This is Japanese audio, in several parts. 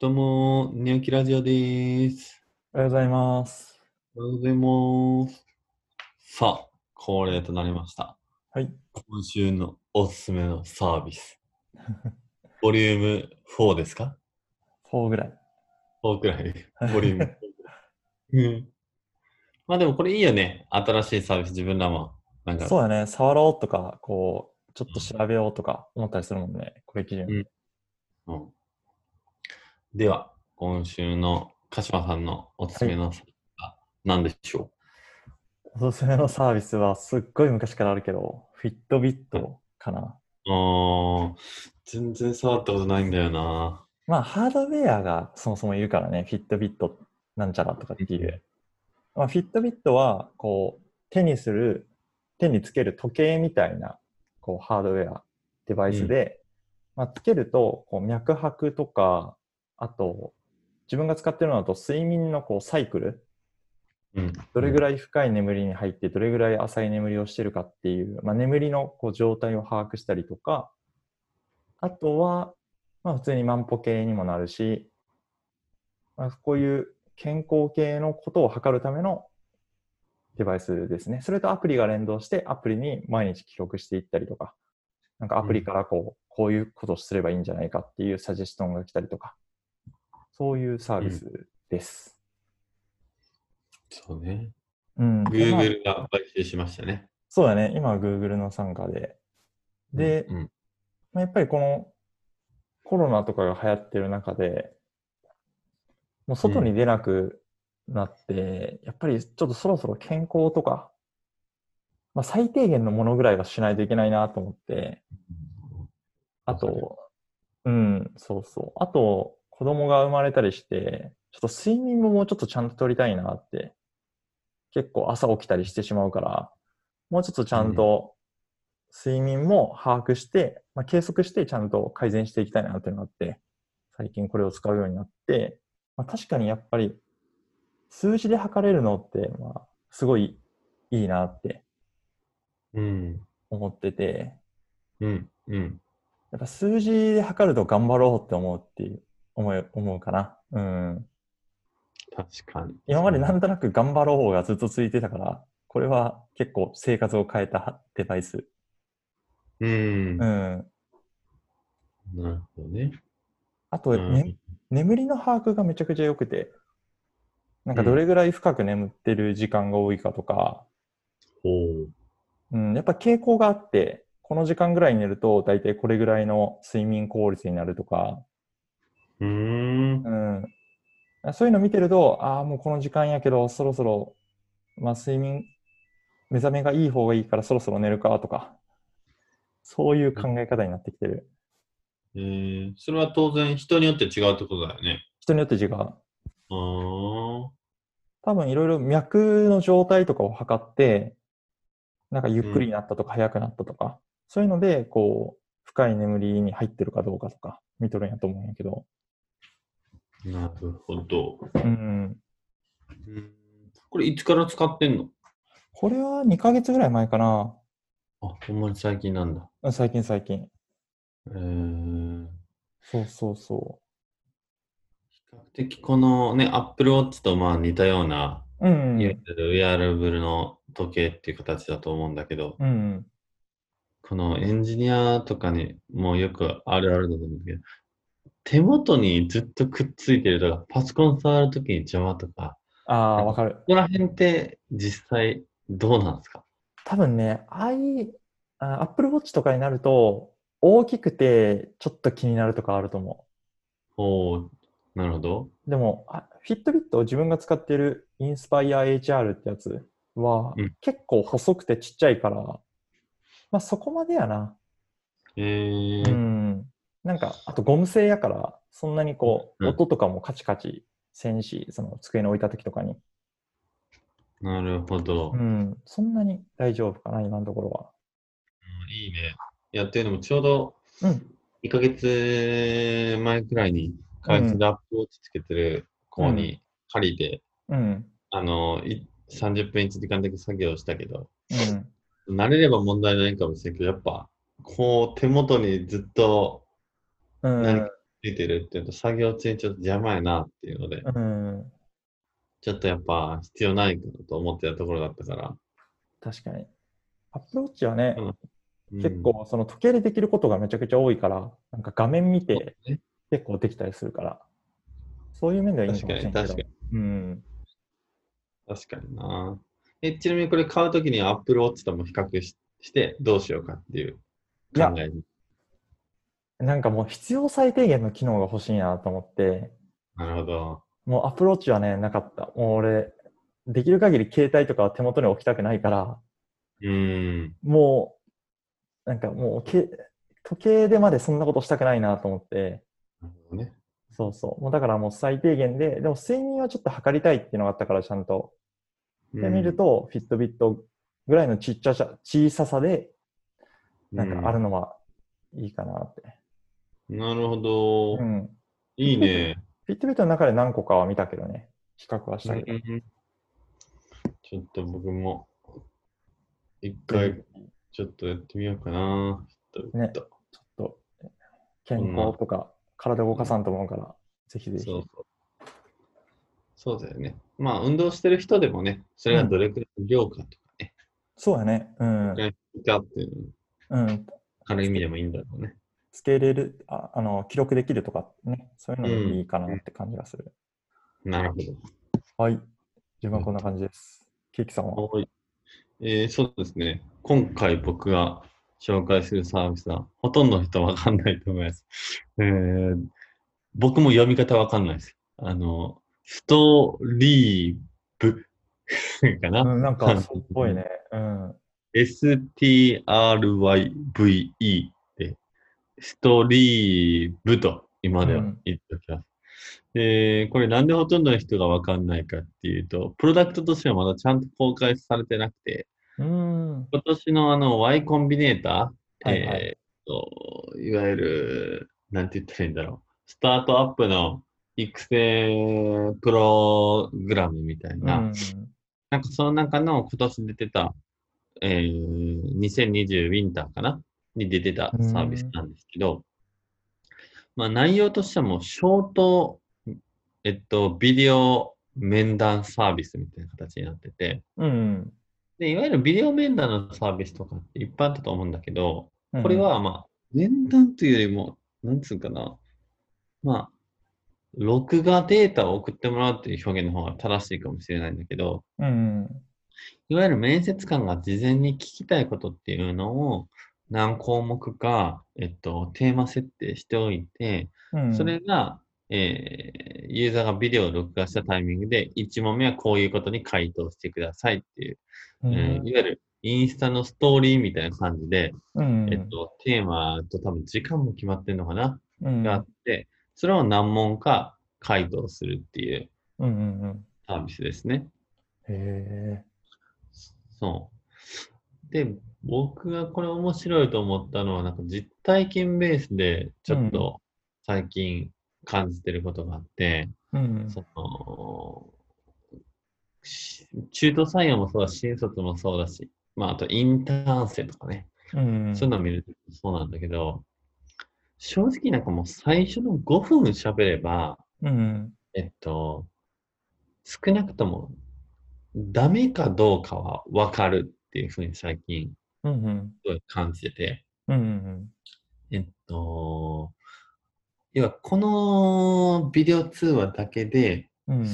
どうも、ネオキラジオです。おはようございます。おはようございます。さあ、恒例となりました。はい。今週のおすすめのサービ ス。ボリューム4ですか4ぐらい。 ?4 くらい。 ボリューム4。うん。まあでもこれいいよね。新しいサービス、自分らも。なんか、そうだね。触ろうとか、こう、ちょっと調べようとか思ったりするもんね。これ基準。うんうん、では、今週の鹿島さんのおすすめのサービスは何でしょおすすめのサービスは、すっごい昔からあるけど、フィットビットかな。う、あー、全然触ったことないんだよな。まあ、ハードウェアがそもそもいるからね。フィットビットなんちゃらとかっていう。まあ、フィットビットは、こう、手にする、手につける時計みたいな、こう、ハードウェア、デバイスで、まあ、つけると、こう、脈拍とか、あと、自分が使ってるのだと、睡眠のこう、サイクルどれぐらいらい深い眠りに入って、どれぐらい浅い眠りをしてるかっていう、まあ、眠りのこう状態を把握したりとか、あとは、まあ、普通に万歩計にもなるし、まあ、こういう健康系のことを測るためのデバイスですね。それとアプリが連動して、アプリに毎日記録していったりとか、なんかアプリからこう,、こういうことをすればいいんじゃないかっていうサジェストンが来たりとか、そういうサービスです。そうね。うん。でまあ Google が買収しましたね。そうだね、今は Google の傘下で。で、うんまあ、やっぱりこのコロナとかが流行ってる中で、もう外に出なくなって、やっぱりちょっとそろそろ健康とか、まあ、最低限のものぐらいはしないといけないなと思って、あわかると、うん、そうそう。あと、子供が生まれたりして、ちょっと睡眠ももうちょっとちゃんと取りたいなって、結構朝起きたりしてしまうから、もうちょっとちゃんと睡眠も把握して、まあ、計測してちゃんと改善していきたいなっていうのがあって、最近これを使うようになって、まあ、確かにやっぱり数字で測れるのって、まあ、すごいいいなってうん。思ってて、うん。うん。やっぱ数字で測ると頑張ろうって思うっていう、思う、思うかな。うん。確かに。今までなんとなく頑張ろうがずっと続いてたから、これは結構生活を変えたデバイス。うん。う。なんるほどね。あと、ねうん眠りの把握がめちゃくちゃ良くて、なんかどれぐらい深く眠ってる時間が多いかとか、ほう。うん、やっぱ傾向があって、この時間ぐらいに寝ると大体これぐらいの睡眠効率になるとか、うーんう。ん、そういうの見てると、ああ、もうこの時間やけど、そろそろ、まあ、睡眠、目覚めがいい方がいいからそろそろ寝るかとか、そういう考え方になってきてる。えー、それは当然人によって違うってことだよね。人によって違う。あー多分いろいろ脈の状態とかを測って、なんかゆっくりになったとか早くなったとか、そういうので、こう、深い眠りに入ってるかどうかとか、見とるんやと思うんやけど。なるほど。うん。うんこれいつから使ってんのこれは2ヶ月ぐらい前かな。あ、ほんまに最近なんだ。うん最近最近。えー、そうそうそ比較的このね、Apple Watch とまあ似たような、う。うん。いわゆるウェアラブルの時計っていう形だと思うんだけど、うん。このエンジニアとかにもよくあるあるだと思うんだけど、手元にずっとくっついてるとか、パソコン触るときに邪魔とか、ああ、わかる。ここら辺って実際どうなんですか多分ね、ああいう、アップルウォッチとかになると、大きくてちょっと気になるとかあると思おー、なるほど。う。でも、あフィットビット自分が使ってるインスパイア HR ってやつは、うん結構細くてちっちゃいから、まあそこまでやな。えー、うん。なんか、あとゴム製やから、そんなにこうう、ん音とかもカチカチせんし、その机に置いた時とかに。なるほど、うん。そんなに大丈夫かな、今のところいいね。いや、っていうのもちょうどは。うん。 1ヶ月前くらいに会社でアップをつけてる子に借りて、うん。あの、い30分1時間だけ作業したけど、うん。慣れれば問題ないかもしれんけど、やっぱ、こう、手元にずっとうん。何かついてるっていうと、作業中にちょっと邪魔やなっていうので、うん、ちょっとやっぱ必要ないかなと思ってたところだったから。確かに。アップローチはね、うんうん結構その時計でできることがめちゃくちゃ多いから、なんか画面見てそうね結構できたりするから、そういう面ではいいの確かかもしれに、ない確けどかに、。うん、確かにな。え、ちなみにこれ買うときに Apple Watch とも比較ししてどうしようかっていういや考えに。なんかもう必要最低限の機能が欲しいなと思って、なるほど。もうアプローチはね、なかった。もう俺、できる限り携帯とかは手元に置きたくないから、うーん。もう、なんかもうけ、時計でまでそんなことしたくないなと思って、なるほどね。そうそう。もうだからもう最低限で、でも睡眠はちょっと測りたいっていうのがあったから、ちゃんと。で、見ると、フィットビットぐらいのちっちゃさ、小ささで、う、なんんかあるのはいいかなって。うんなるほどう。ん。いいね。フィットビットの中で何個かは見たけどね。比較はしたけど。うんちょっと僕も、一回、ちょっとやってみようかな。ねちょっと、健康とか体動かさんと思うから、ぜひぜひ。そうそう。そうだよね。まあ、運動してる人でもね、それがどれくらいの量かとかね、そうやね。うん。いかっていうのうん。ある意味でもいいんだろうね。つけれる、ああの、記録できるとかね、そういうのでいいかなって感じがする。なるほど。はい。自分はこんな感じです。ケーキさんは。はい。えーそうですね。今回僕が紹介するサービスは、ほとんどの人わかんないと思います。えー僕も読み方わかんないです。あの、ストリーブかな、うん、なんか、そうっぽいね。うん。 ?stryve で、ストリーブと今では言っておきます。で、これなんでほとんどの人がわかんないかっていうと、プロダクトとしてはまだちゃんと公開されてなくて、うん。今年のあの Y コンビネーター、はいはいえーっと、いわゆる、なんて言ったらいいんだろう、スタートアップの育成プログラムみたいな、うんなんかその中の今年出てた、えー2020ウィンターかなに出てたサービスなんですけど、まあ内容としてはもうショート、えっと、ビデオ面談サービスみたいな形になってて、うん。で、いわゆるビデオ面談のサービスとかっていっぱいあったと思うんだけど、うんこれ、はまあ、面談というよりも、なんつうかな、まあ、録画データを送ってもらうという表現の方が正しいかもしれないんだけど、うん。いわゆる面接官が事前に聞きたいことっていうのを何項目か、えっと、テーマ設定しておいて、うんそれ、が、えーユーザーがビデオを録画したタイミングで、1問目はこういうことに回答してくださいっていううんえーいわゆるインスタのストーリーみたいな感じで、うん。えっと、テーマと多分時間も決まってるのかな、うん、があって、それを何問か回答するっていううんうんうん。サービスですね。へえ。そう。で、僕がこれ面白いと思ったのは、なんか実体験ベースでちょっと最近感じてることがあって、うん。その、し中途採用もそうだし、新卒もそうだし、まあ、あとインターン生とかね、うん。そういうのを見るとそうなんだけど、正直なんかもう最初の5分喋れば、うん。えっと、少なくともダメかどうかはわかるっていうふうに最近うんうん。すごい感じてて、うんうんえっと、要はこのビデオ通話だけでうん。うん。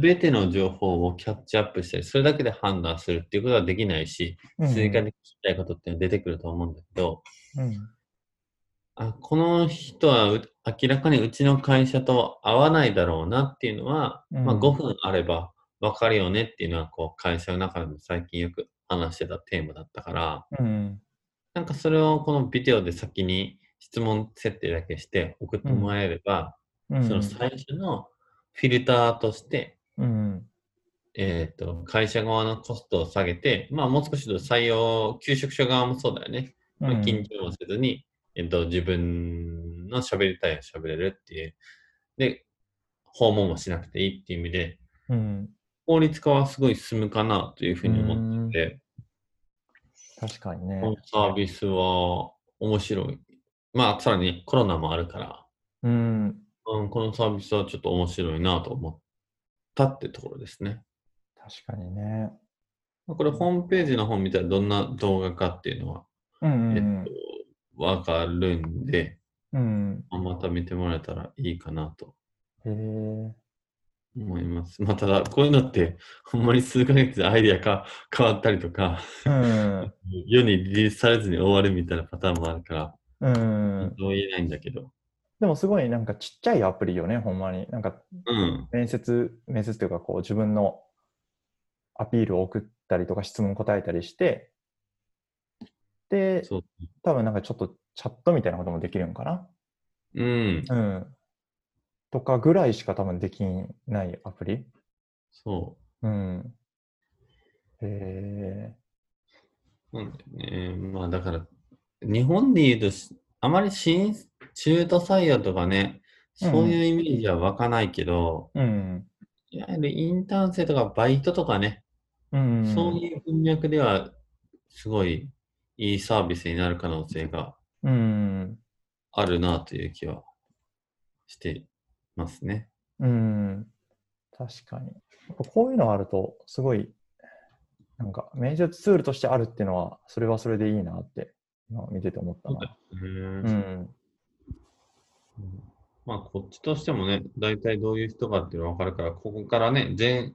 全ての情報をキャッチアップしたり、それだけで判断するっていうことはできないし、うん追加で聞きたいことっていうのは出てくると思うんだけど、うん。あ、この人はう明らかにうちの会社と合わないだろうなっていうのは、まあ、うん5分あれば分かるよねっていうのはこう会社の中でも最近よく話してたテーマだったからうん。なんかそれをこのビデオで先に質問設定だけして送ってもらえれば、うん。その最初のフィルターとして、うん。えー、と会社側のコストを下げて、まあ、もう少しの採用求職者側もそうだよねまあ、うん緊張もせずに、えっと、自分の喋りたいを喋れるっていう。で、訪問もしなくていいっていう意味で、うん。効率化はすごい進むかなというふうに思ってて、確かにねこ。のサービスは面白い。まあ、さらにコロナもあるから、うん。うん、このサービスはちょっと面白いなと思ったってところですね。確かにね。まあこれホームページの方見たらどんな動画かっていうのは、うんうえんっと、わかるんで、うん。うん。まあまた見てもらえたらいいかなとへえ。思います。まあ、ただ、こういうのって、ほんまに数ヶ月でアイディアが変わったりとか、うん。世にリリースされずに終わるみたいなパターンもあるから、うん。どう言えないんだけど。でもすごいなんかちっちゃいアプリよね、ほんまに。なんかうん。面接、面接というかこう自分のアピールを送ったりとか質問答えたりして、で、そう。多分なんかちょっとチャットみたいなこともできるんかな。うん。うん。とかぐらいしか多分できないアプリ。そうん。へえ。う。なんだよね。まあ、だから、日本で言うとし、あまり新、中途採用とかね、そういうイメージは湧かないけど、うん。いわゆるインターン生とかバイトとかね、うん。そういう文脈では、すごいいいサービスになる可能性がうん。あるなという気はしてますね。うん。確かに。やっぱこういうのあると、すごい、なんか、面接ツールとしてあるっていうのは、それはそれでいいなって、今見てて思ったな。う。うんまあ、こっちとしてもね、大体どういう人かっていうのは分かるから、ここからね、全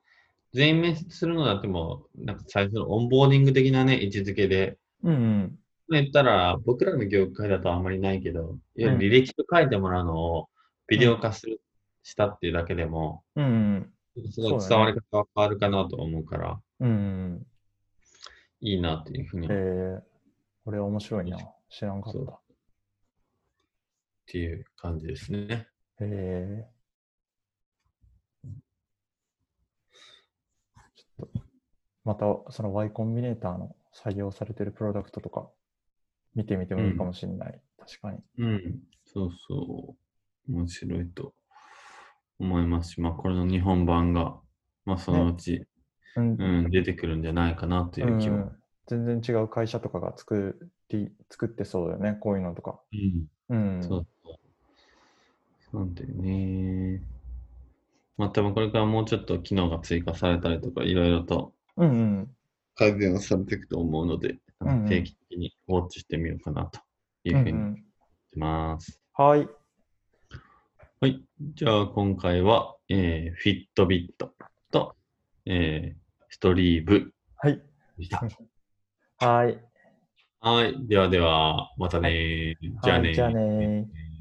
全員面接するのだっても、なんか最初のオンボーディング的なね、位置づけで、うん。まあ言ったら、僕らの業界だとあんまりないけど、いわゆる履歴書書いてもらうのをビデオ化する、したっていうだけでも、うん。すごい伝わり方が変わるかなと思うから、うん。いいなっていうふうにえー、これ面白いな。知らんかっそうた。っていう感じですね。えー、ちょっと、また、その Y コンビネーターの採用されてるプロダクトとか、見てみてもいいかもしれない。確かに。うん、そうそう。面白いと思いますし、まあ、これの日本版が、まあ、そのうち、うんうん、出てくるんじゃないかなという気うも。ん全然違う会社とかが作り作ってそうだよね、こういうのとか。うん、うん。そうそう。なんだよね。まあ、多分これからもうちょっと機能が追加されたりとか、いろいろとうんうん。改善はされていくと思うので、んうん定期的にウォッチしてみようかなといううふんうにう思っんてます。はい。はい。じゃあ、今回は、えー、フィットビットと、えー、ストリーブはい。でした。 はい。はい。ではでは、またねー。じゃあねはいじゃあー。ねー。えー